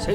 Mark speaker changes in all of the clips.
Speaker 1: 谁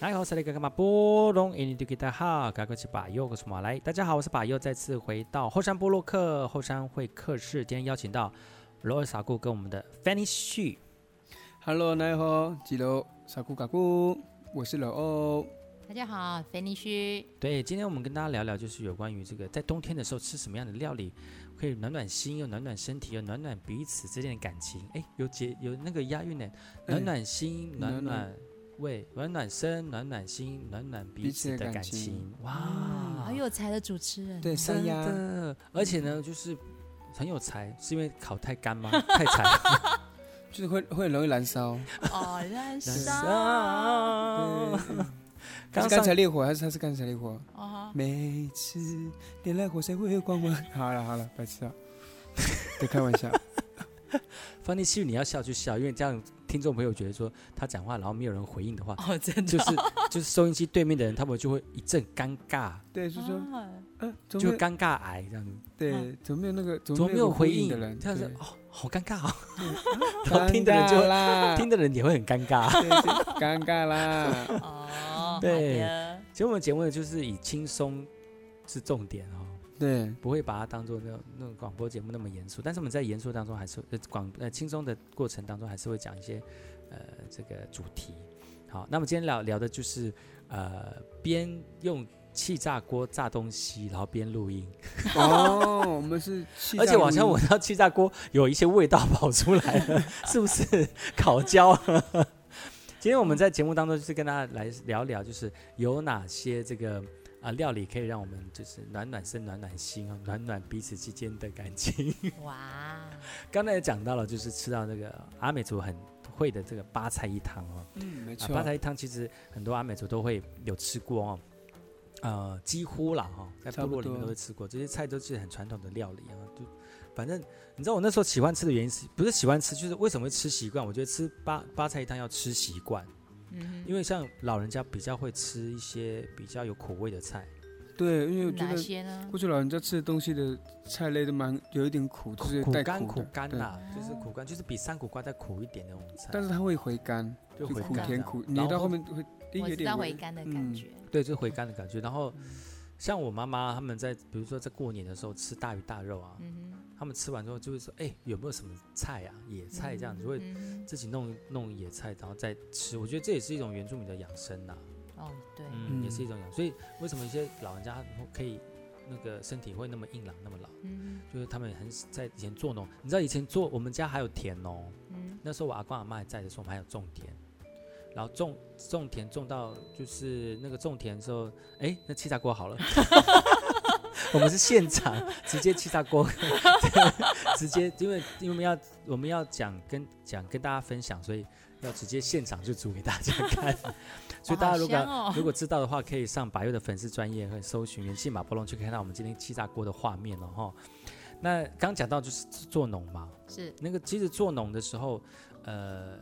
Speaker 1: 来，好，塞里格干嘛？波隆印尼迪吉达哈，赶快去把右个什么来？大家好，我是把右，再次回到后山部落克后山会客室，今天邀请到罗尔萨固跟我们的 Fanny Xu。
Speaker 2: Hello，奈何吉楼傻姑嘎姑，我是老欧。
Speaker 3: 大家好，肥尼须，
Speaker 1: 对，今天我们跟大家聊聊，就是有关于这个在冬天的时候吃什么样的料理，可以暖暖心，又暖暖身体，又暖暖彼此之间的感情。哎，有解有那个押韵呢，暖暖心，嗯暖
Speaker 2: 暖暖
Speaker 1: 暖胃，暖暖身，暖暖心，暖暖彼
Speaker 2: 彼
Speaker 1: 此
Speaker 2: 此的
Speaker 1: 的
Speaker 2: 感
Speaker 1: 感
Speaker 2: 情
Speaker 1: 情。嗯哇，
Speaker 3: 好有才的主持人，啊
Speaker 2: 对，山
Speaker 1: 真
Speaker 2: 鸭，
Speaker 1: 的，而且呢，就是很有才，是因为烤太干吗？太柴。
Speaker 2: 就是会会很容易燃烧。
Speaker 3: 哦，
Speaker 1: 燃
Speaker 3: 燃
Speaker 1: 啊
Speaker 3: 烧，
Speaker 2: 啊对对
Speaker 1: 哦刚
Speaker 2: 是
Speaker 1: 上
Speaker 2: 干柴烈火还是它是干柴烈火？
Speaker 3: 哦，
Speaker 2: 每次点燃火柴会 有光芒。好了好了，白痴啊！在开玩笑，
Speaker 1: 方力旭，你要笑就笑，因为这样听众朋友觉得说他讲话，然后没有人回应的话，
Speaker 3: 哦，真的
Speaker 1: 就是就是收音机对面的人，他们就会一阵尴尬，
Speaker 2: 对，就说，
Speaker 3: 哦
Speaker 2: 嗯，怎
Speaker 1: 就
Speaker 2: 么没有
Speaker 1: 尴尬癌这样子，
Speaker 2: 对，怎么没有那个怎
Speaker 1: 怎么
Speaker 2: 么
Speaker 1: 没
Speaker 2: 有
Speaker 1: 有
Speaker 2: 回
Speaker 1: 回应
Speaker 2: 的人？
Speaker 1: 他说
Speaker 2: 对
Speaker 1: 哦，好尴尬哦，然后 听的人就
Speaker 2: 尴尬 啦，
Speaker 1: 听的人也会很尴尬。
Speaker 2: 对对尴 尬啦。
Speaker 3: 哦，
Speaker 1: 对
Speaker 3: 好的
Speaker 1: 其实我们节目呢就是以轻松是重点哦，
Speaker 2: 对，
Speaker 1: 不会把它当做那种那种广播节目那么严肃，但是我们在严肃当中还是呃广呃轻松的过程当中还是会讲一些呃这个主题。好，那么今天聊聊的就是呃边用气炸锅炸东西，然后边录音，
Speaker 2: 哦，我们是气
Speaker 1: 而且
Speaker 2: 炸
Speaker 1: 晚上
Speaker 2: 炉
Speaker 1: 闻到气炸锅有一些味道跑出来了，是不是烤焦了？今天我们在节目当中就是跟大家来聊聊，就是有哪些这个啊、料理可以让我们就是暖暖身、暖暖心啊，暖暖彼此之间的感情。
Speaker 3: 哇，
Speaker 1: 刚才也讲到了，就是吃到那个阿美族很会的这个八菜一汤哦，
Speaker 2: 嗯，没
Speaker 1: 啊，
Speaker 2: 错
Speaker 1: 八，菜一汤其实很多阿美族都会有吃过哦，呃，几乎啦哈、哦，在
Speaker 2: 差
Speaker 1: 部
Speaker 2: 不
Speaker 1: 落里面
Speaker 2: 多
Speaker 1: 都会吃过，这些菜都是很传统的料理啊。就反正你知道我那时候喜欢吃的原因是不是喜欢吃，就是为什么会吃习惯？我觉得吃八八菜一汤要吃习惯，
Speaker 3: 嗯
Speaker 1: 因为像老人家比较会吃一些比较有口味的菜，
Speaker 2: 对，因为我
Speaker 3: 哼，
Speaker 2: 觉
Speaker 3: 哪
Speaker 2: 得
Speaker 3: 些呢
Speaker 2: 过？去老人家吃的东西的菜类都蛮有一点苦，就是
Speaker 1: 苦
Speaker 2: 带
Speaker 1: 甘
Speaker 2: 苦
Speaker 1: 苦
Speaker 2: 的
Speaker 1: 甘
Speaker 2: 对
Speaker 1: 呐、就是苦甘，就是比山苦瓜再苦一点的那种菜，
Speaker 2: 但是它会回甘，
Speaker 1: 就
Speaker 2: 就
Speaker 1: 回
Speaker 2: 苦
Speaker 1: 甘
Speaker 2: 甜
Speaker 1: 这样
Speaker 2: 苦，
Speaker 1: 然
Speaker 2: 你到后面会诶有
Speaker 3: 我知
Speaker 2: 点
Speaker 3: 道
Speaker 2: 微
Speaker 3: 回甘的
Speaker 1: 嗯
Speaker 3: 感觉，
Speaker 1: 对，就是回甘的感觉。然后像我妈妈他们在，比如说在过年的时候吃大鱼大肉啊，
Speaker 3: 嗯
Speaker 1: 他们吃完之后就会说，哎、有没有什么菜啊，野
Speaker 3: 哼，
Speaker 1: 菜这样子，会
Speaker 3: 嗯
Speaker 1: 自己弄弄野菜，然后再吃。我觉得这也是一种原住民的养生呐、
Speaker 3: 哼哦，对，
Speaker 1: 嗯，也是
Speaker 2: 嗯
Speaker 1: 一种养。所以为什么一些老人家可以那个身体会那么硬朗，那么老，
Speaker 3: 嗯
Speaker 1: 就是他们很在以前做农，你知道以前做我们家还有田哦，
Speaker 3: 嗯，
Speaker 1: 那时候我阿公阿妈还在的时候，我们还有种田，然后种种田种到就是那个种田的时候，哎，那气炸锅 好了，我们是现场直接气炸锅，直接因为因为我们要我们要讲跟讲跟大家分享，所以要直接现场就煮给大家看，所以大家如果、
Speaker 3: 哇好香哦
Speaker 1: 如果知道的话，可以上白月的粉丝专业和搜寻元气马波龙，就可以看到我们今天气炸锅的画面了哈。那刚讲到就是做农嘛，
Speaker 3: 是
Speaker 1: 那个其实做农的时候，呃，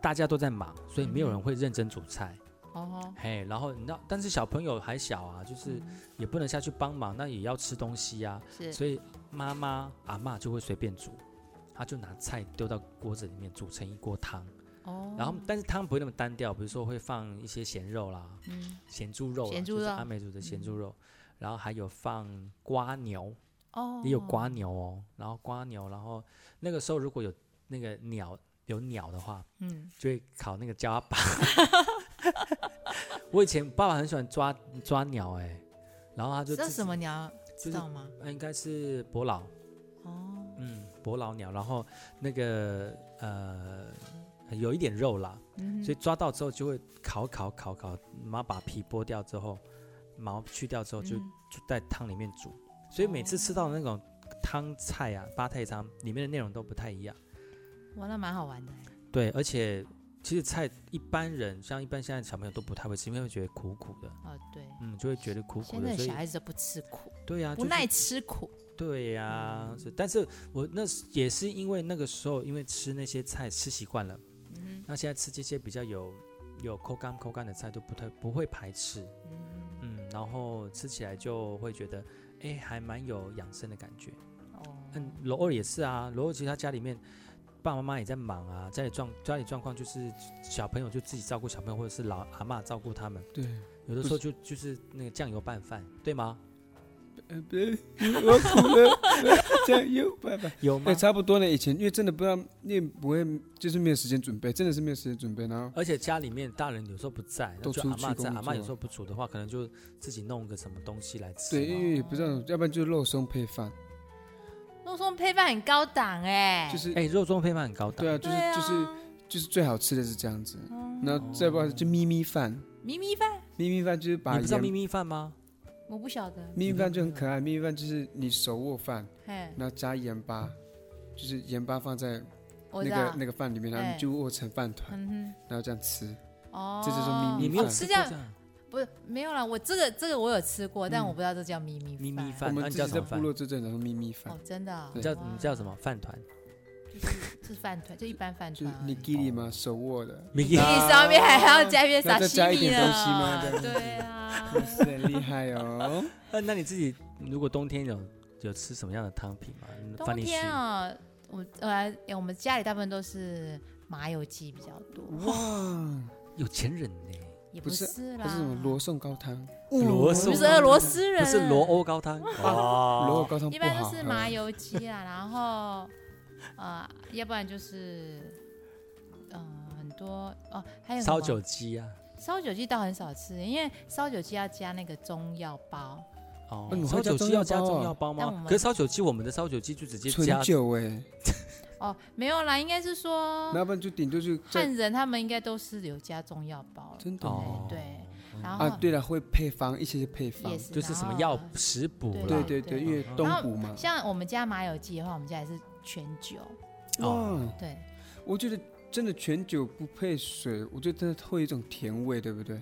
Speaker 1: 大家都在忙，所以没有人
Speaker 3: 嗯
Speaker 1: 会认真煮菜。
Speaker 3: 哦
Speaker 1: 嘿，然后你知道，但是小朋友还小啊，就是
Speaker 3: 嗯
Speaker 1: 也不能下去帮忙，那也要吃东西啊，
Speaker 3: 吼，是
Speaker 1: 所以妈妈阿嬷就会随便煮，她就拿菜丢到锅子里面煮成一锅汤，
Speaker 3: 哦，
Speaker 1: 然后但是汤不会那么单调，比如说会放一些咸肉啦，
Speaker 3: 嗯
Speaker 1: 咸猪肉啦，
Speaker 3: 咸猪
Speaker 1: 就是
Speaker 3: 肉嗯
Speaker 1: 阿美族的咸猪肉，然后还有放瓜牛，
Speaker 3: 哦
Speaker 1: 也有瓜牛哦，然后瓜牛，然后那个时候如果有那个鸟有鸟的话，
Speaker 3: 嗯
Speaker 1: 就会烤那个焦阿巴。 我以前爸爸很喜欢抓抓鸟哎、然后他就
Speaker 3: 知道
Speaker 1: 自己
Speaker 3: 什么鸟
Speaker 1: 就是
Speaker 3: 知道吗？
Speaker 1: 呃应该是伯劳，
Speaker 3: 哦，
Speaker 1: 嗯，伯劳鸟，然后那个呃有一点肉啦，
Speaker 3: 嗯
Speaker 1: 所以抓到之后就会烤烤烤烤，然后把皮剥掉之后，毛去掉之后就
Speaker 3: 嗯
Speaker 1: 就在汤里面煮，所以每次吃到的那种汤菜啊，八菜汤里面的内容都不太一样。
Speaker 3: 哇，那蛮好玩的欸，
Speaker 1: 对，而且其实菜一般人像一般现在小朋友都不太会吃，因为会觉得苦苦的，
Speaker 3: 啊，对，
Speaker 1: 嗯，就会觉得苦苦
Speaker 3: 现
Speaker 1: 的，
Speaker 3: 在
Speaker 1: 所以
Speaker 3: 小孩子都不吃苦，
Speaker 1: 对呀、啊，
Speaker 3: 不
Speaker 1: 就是
Speaker 3: 耐嗯吃苦，
Speaker 1: 对呀、是但是我那时也是因为那个时候，因为吃那些菜吃习惯了，
Speaker 3: 嗯
Speaker 1: 那现在吃这些比较有有口干口干的菜都不太不会排斥，
Speaker 3: 嗯，
Speaker 1: 嗯，然后吃起来就会觉得，哎，还蛮有养生的感觉。
Speaker 3: 哦，
Speaker 1: 嗯，罗二也是啊，罗二其实他家里面爸爸妈妈也在忙啊，家里状家里状况就是小朋友就自己照顾小朋友，或者是老阿嬷照顾他们，
Speaker 2: 对，
Speaker 1: 有的时候就就是那个酱油拌饭，对吗？
Speaker 2: 呃，不是，我苦了，这样又拜拜。
Speaker 1: 有吗
Speaker 2: 哎，？差不多呢。以前因为真的不知道，因为不会，就是没有时间准备，真的是没有时间准备。然后
Speaker 1: 而且家里面大人有时候不在，那
Speaker 2: 都
Speaker 1: 就
Speaker 2: 出
Speaker 1: 阿
Speaker 2: 去
Speaker 1: 嬷
Speaker 2: 工
Speaker 1: 在，阿嬷有
Speaker 2: 作
Speaker 1: 时候不煮的话，可能就自己弄个什么东西来吃
Speaker 2: 对，
Speaker 1: 嘛。
Speaker 2: 因为也不知道，要不然就肉松配饭，
Speaker 3: 肉松配饭很高档哎，
Speaker 2: 就是
Speaker 1: 哎、肉粽配饭很高档。
Speaker 2: 对啊，就是
Speaker 3: 对啊，
Speaker 2: 就是就是最好吃的是这样子。
Speaker 3: 嗯
Speaker 2: 然后再不然就咪咪饭，
Speaker 3: 咪咪饭，
Speaker 2: 咪咪饭就是把
Speaker 1: 你不知道
Speaker 2: 盐
Speaker 1: 咪咪饭吗？
Speaker 3: 我不晓得，
Speaker 2: 咪咪饭就很可爱，咪咪饭就是你手握饭，
Speaker 3: 嘿，
Speaker 2: 然后加盐巴，就是盐巴放在
Speaker 3: 我
Speaker 2: 那
Speaker 3: 知
Speaker 2: 个
Speaker 3: 道，
Speaker 2: 那个饭里面，然后
Speaker 3: 哎
Speaker 2: 你就握成饭团，
Speaker 3: 嗯
Speaker 2: 然后这样吃。
Speaker 3: 哼，哦，
Speaker 2: 这就是咪咪
Speaker 1: 你没有
Speaker 2: 饭
Speaker 1: 吃
Speaker 3: 是
Speaker 1: 过
Speaker 3: 这
Speaker 1: 这
Speaker 3: 样，
Speaker 1: 样
Speaker 3: 不是没有啦，我这个这个我有吃过，
Speaker 2: 嗯
Speaker 3: 但我不知道这叫咪咪
Speaker 1: 咪咪
Speaker 3: 饭，
Speaker 2: 我
Speaker 1: 饭？那
Speaker 2: 们
Speaker 1: 你
Speaker 2: 自
Speaker 1: 叫
Speaker 2: 己
Speaker 1: 什
Speaker 2: 在
Speaker 1: 么
Speaker 2: 部
Speaker 1: 饭？
Speaker 2: 落就这种咪咪饭
Speaker 3: 哦，，真的啊，
Speaker 1: 你
Speaker 2: 对
Speaker 1: 叫
Speaker 3: 哇
Speaker 1: 你叫什么？饭团？
Speaker 3: 就是就是饭团，就一般饭
Speaker 2: 就
Speaker 3: 团
Speaker 2: 是
Speaker 3: 而已。
Speaker 2: nigiri 嘛，手握的。
Speaker 1: 咪
Speaker 3: 你
Speaker 1: 咪
Speaker 3: 上面还要加一点
Speaker 2: 那
Speaker 3: 沙
Speaker 2: 再加
Speaker 3: 西
Speaker 2: 一
Speaker 3: 米
Speaker 2: 点东
Speaker 3: 呢
Speaker 2: 西吗这样？子
Speaker 3: 对啊，
Speaker 2: 哇塞，厉害 哦！
Speaker 1: 那那你自己如果冬天有有吃什么样的汤品吗？
Speaker 3: 冬
Speaker 1: 饭粒须
Speaker 3: 天啊，我呃，哎我们家里大部分都是麻油鸡比较多，
Speaker 2: 哇，
Speaker 1: 有钱人呢、
Speaker 3: 也
Speaker 2: 不是
Speaker 3: 是啦，
Speaker 2: 它是什么罗宋高汤？
Speaker 1: 罗哦
Speaker 3: 我们
Speaker 1: 宋
Speaker 3: 是俄罗斯人，
Speaker 1: 不是罗，欧高汤
Speaker 2: 罗
Speaker 1: 哦，
Speaker 2: 高汤不
Speaker 3: 一般
Speaker 2: 好嗯
Speaker 3: 都是麻
Speaker 2: 喝。
Speaker 3: 油鸡啊，然后呃，要不然就是呃很多哦，还有什
Speaker 1: 烧
Speaker 3: 么
Speaker 1: 酒鸡啊。
Speaker 3: 烧酒鸡倒很少吃，因为烧酒鸡要加那个中药包，
Speaker 1: 哦
Speaker 2: 那你，们
Speaker 1: 烧
Speaker 2: 会加
Speaker 1: 酒鸡
Speaker 2: 中
Speaker 1: 要
Speaker 2: 药
Speaker 1: 加
Speaker 2: 包
Speaker 1: 中
Speaker 2: 哦
Speaker 1: 药包
Speaker 3: 但我
Speaker 1: 吗？
Speaker 3: 们
Speaker 1: 可是烧酒鸡，我们的烧酒鸡就直接加
Speaker 2: 纯酒哎，
Speaker 3: 哦，没有啦，应该是说
Speaker 2: 那不然就顶多就在
Speaker 3: 哦汉人他们应该都是有加中药包了，哎
Speaker 2: 真的
Speaker 1: 哦
Speaker 2: 哦，
Speaker 3: 对，然后
Speaker 2: 啊。对了，会配方一些配方
Speaker 3: 也，是
Speaker 1: 就是什么
Speaker 3: 然后
Speaker 1: 药食补
Speaker 3: 对
Speaker 1: 啦
Speaker 2: 对。对对，因为冬补嘛。
Speaker 3: 像我们家麻油鸡的话，我们家也是全酒，
Speaker 1: 哦
Speaker 2: 哇，
Speaker 3: 对，
Speaker 2: 我觉得真的全酒不配水，我觉得真的会有一种甜味，对不对？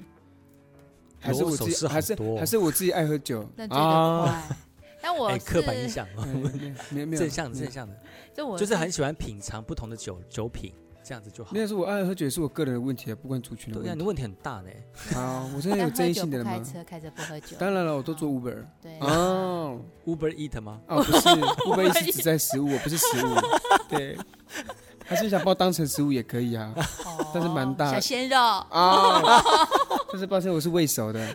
Speaker 2: 还是我自
Speaker 1: 手势
Speaker 2: 己，
Speaker 1: 好
Speaker 2: 还是
Speaker 1: 多哦
Speaker 2: 还是我自己爱喝酒
Speaker 3: 那追得
Speaker 2: 啊？
Speaker 3: 快。但我
Speaker 1: 哎，刻板印
Speaker 3: 是
Speaker 1: 象哦，
Speaker 2: 哎没有没有
Speaker 1: 正向的正向的，
Speaker 3: 就我
Speaker 1: 就是很喜欢品尝不同的酒酒品，这样子就好
Speaker 2: 那。要是我爱喝酒，也是我个人的问题，不关族群的
Speaker 1: 对呀，
Speaker 2: 问
Speaker 1: 你
Speaker 2: 题。
Speaker 1: 问题很大呢。
Speaker 2: 好，我 真的有
Speaker 3: 但
Speaker 2: 争
Speaker 3: 喝
Speaker 2: 议
Speaker 3: 酒
Speaker 2: 性的
Speaker 3: 不
Speaker 2: 人
Speaker 3: 开
Speaker 2: 吗？
Speaker 3: 车，开车不喝酒。
Speaker 2: 当然了，我都做 Uber。
Speaker 3: 对，
Speaker 2: 哦，
Speaker 1: Uber Eat 吗？
Speaker 2: 哦，不是，Uber 是只在食物，不是食物。对，还是想把我当成食物也可以啊。
Speaker 3: 哦
Speaker 2: 但是蛮大的
Speaker 3: 小鲜肉，
Speaker 2: 啊，但是抱歉，我是未熟的。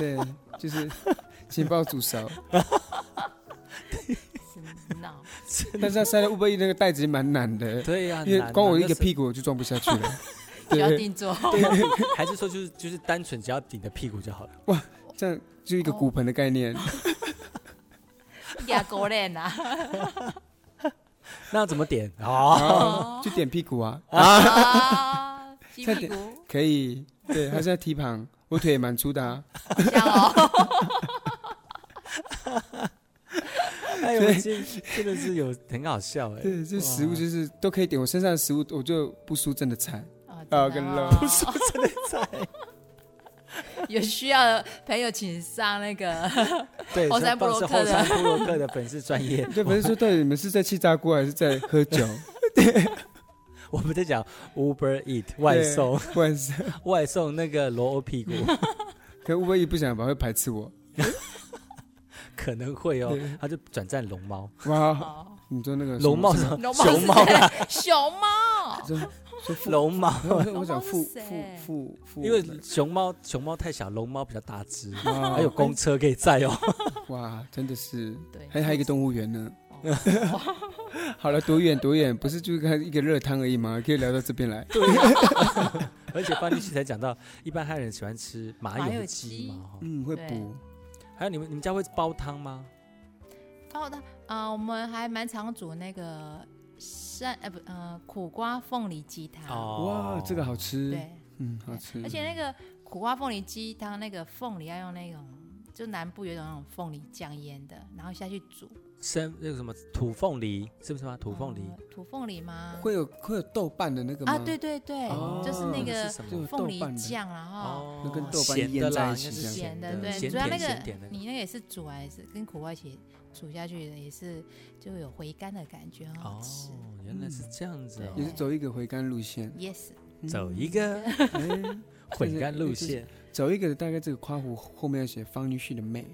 Speaker 2: 对， 就是请帮我煮熟。
Speaker 3: 真闹。
Speaker 2: 但是要塞到 Uber Eats 那个袋子也蛮难的，
Speaker 1: 对呀，
Speaker 2: 因
Speaker 1: 难啊
Speaker 2: 为光我一
Speaker 1: 那
Speaker 2: 个
Speaker 1: 是
Speaker 2: 屁股我就装不下去了。
Speaker 3: 不要
Speaker 2: 对，
Speaker 3: 定做，
Speaker 1: 还是说就是就是单纯只要顶着屁股就好了。
Speaker 2: 这样就一个骨盆的概念。
Speaker 3: 俩狗脸啊！
Speaker 1: 那要怎么点？ 哦，
Speaker 2: 啊，就点屁股啊，
Speaker 3: 啊，鸡
Speaker 2: 差
Speaker 3: 屁
Speaker 2: 点
Speaker 3: 股，
Speaker 2: 可以。对，还是要提 旁，我腿也蛮粗的啊。
Speaker 3: 好像哦，
Speaker 1: 哎呦，真真的是有很好笑哎。
Speaker 2: 对，这食物
Speaker 1: 哇
Speaker 2: 就是都可以点，我身上的食物我就不输真的菜。
Speaker 3: 啊，
Speaker 2: 啊
Speaker 3: 真
Speaker 2: 跟
Speaker 3: 的
Speaker 2: low
Speaker 3: 哦
Speaker 1: 真的在
Speaker 3: 有需要的朋友请上那个
Speaker 1: 对，
Speaker 3: 后山
Speaker 1: 像
Speaker 3: 部落
Speaker 1: 是
Speaker 3: 客
Speaker 1: 后
Speaker 3: 的
Speaker 1: 山部落客的粉丝专 业，
Speaker 2: 对，不是说到底你们是在气炸锅还是在喝酒？
Speaker 1: 我们在讲 Uber Eat 外送，
Speaker 2: 对，外送。
Speaker 1: 外送那个罗欧 屁股
Speaker 2: 可乌龟一不想吧，会排斥我。
Speaker 1: 可能会哦
Speaker 2: 对，
Speaker 1: 他就转战龙猫，
Speaker 2: 哇，
Speaker 3: 哦
Speaker 2: 你说那个
Speaker 1: 龙猫
Speaker 2: 什
Speaker 1: 什
Speaker 2: 么
Speaker 1: 么
Speaker 3: 龙
Speaker 1: 熊
Speaker 3: 是
Speaker 1: 猫啦，
Speaker 2: 啊
Speaker 3: 谁熊猫，
Speaker 2: 什么说
Speaker 3: 啊
Speaker 2: 说
Speaker 1: 龙猫，
Speaker 2: 父，我
Speaker 3: 猫
Speaker 2: 想
Speaker 3: 是
Speaker 2: 父
Speaker 3: 谁
Speaker 2: 父父父，
Speaker 1: 因为 熊猫熊猫太小，龙猫比较大 只，
Speaker 2: 哇
Speaker 1: 还有公车可以载哦。
Speaker 2: 哇，真的是，
Speaker 3: 对，
Speaker 2: 还还有一个动物园 呢。
Speaker 3: 哦
Speaker 2: 好了，多远多远，不是就是看一个热汤而已吗？可以聊到这边来。
Speaker 1: 而且范律师才讲到，一般汉人喜欢吃麻
Speaker 3: 麻
Speaker 1: 油
Speaker 3: 油
Speaker 1: 鸡
Speaker 3: 鸡
Speaker 1: 嘛，哈
Speaker 2: 嗯，会
Speaker 3: 对
Speaker 2: 补
Speaker 1: 还有你们你们家会煲汤吗？
Speaker 3: 然后呢，啊，我们还蛮常煮那个山，呃，不，呃，苦瓜凤梨鸡汤。
Speaker 1: 哦
Speaker 2: 哇，这个好吃，
Speaker 3: 对，
Speaker 2: 嗯，好吃。
Speaker 3: 而且那个苦瓜凤梨鸡汤，那个凤梨要用那种，就南部有一种那种凤梨酱腌的，然后下去煮，
Speaker 1: 生那个什么土凤梨，是不是吗？土凤梨
Speaker 3: 呃土凤梨吗？
Speaker 2: 会有会有豆瓣的那个吗？
Speaker 3: 啊，对对对，
Speaker 1: 哦
Speaker 3: 就是那
Speaker 1: 个
Speaker 3: 个
Speaker 1: 是什
Speaker 2: 就
Speaker 1: 么
Speaker 2: 是？
Speaker 3: 凤
Speaker 2: 豆
Speaker 3: 梨
Speaker 2: 瓣的。
Speaker 3: 酱，然后
Speaker 1: 哦
Speaker 2: 那跟豆瓣
Speaker 1: 咸的
Speaker 2: 腌在
Speaker 1: 啦
Speaker 2: 一起
Speaker 1: 应该
Speaker 2: 这
Speaker 1: 是
Speaker 2: 样
Speaker 3: 咸的，
Speaker 1: 的，
Speaker 3: 对，
Speaker 1: 咸
Speaker 3: 主要那
Speaker 1: 甜
Speaker 3: 个
Speaker 1: 咸甜的。
Speaker 3: 你那个也是煮还是跟苦瓜一起煮下去的，也是就有回甘的感觉，很好
Speaker 1: 哦
Speaker 3: 吃。，嗯
Speaker 1: 原来是这样子
Speaker 2: 也
Speaker 1: 哦
Speaker 2: 是，走一个回甘路线，
Speaker 3: Yes，
Speaker 2: 嗯
Speaker 1: 走一 个
Speaker 2: 哎
Speaker 1: 混干路
Speaker 2: 就是
Speaker 1: 线，
Speaker 2: 走一个大概这个夸胡后面要写方女婿的妹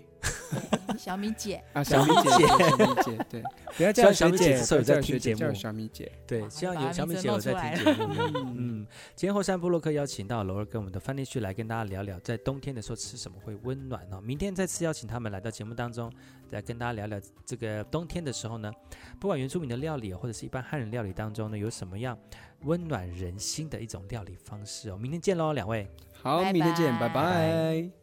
Speaker 3: 对小米姐，
Speaker 2: 啊，小米姐，小米姐，对，不要
Speaker 1: 希望
Speaker 2: 叫
Speaker 1: 小米姐
Speaker 2: 姐，
Speaker 1: 至
Speaker 2: 不
Speaker 1: 少有
Speaker 2: 要
Speaker 1: 在
Speaker 2: 叫
Speaker 1: 听
Speaker 2: 学
Speaker 1: 节
Speaker 2: 姐，叫
Speaker 1: 目
Speaker 2: 小米姐。
Speaker 1: 对，
Speaker 3: 哇
Speaker 1: 希望
Speaker 3: 啊把
Speaker 1: 有小米
Speaker 3: 名字
Speaker 1: 姐有
Speaker 3: 露
Speaker 1: 在
Speaker 3: 出来
Speaker 1: 听节目。 嗯，今天后山部落客邀请到罗二跟我们的饭店区来跟大家聊聊，在冬天的时候吃什么会温暖哦。明天再次邀请他们来到节目当中，来跟大家聊聊这个冬天的时候呢，不管原住民的料理哦或者是一般汉人料理当中呢，有什么样温暖人心的一种料理方式哦。明天见喽，两位。
Speaker 2: 好，
Speaker 3: 拜
Speaker 2: 明天见，
Speaker 3: 拜
Speaker 2: 拜拜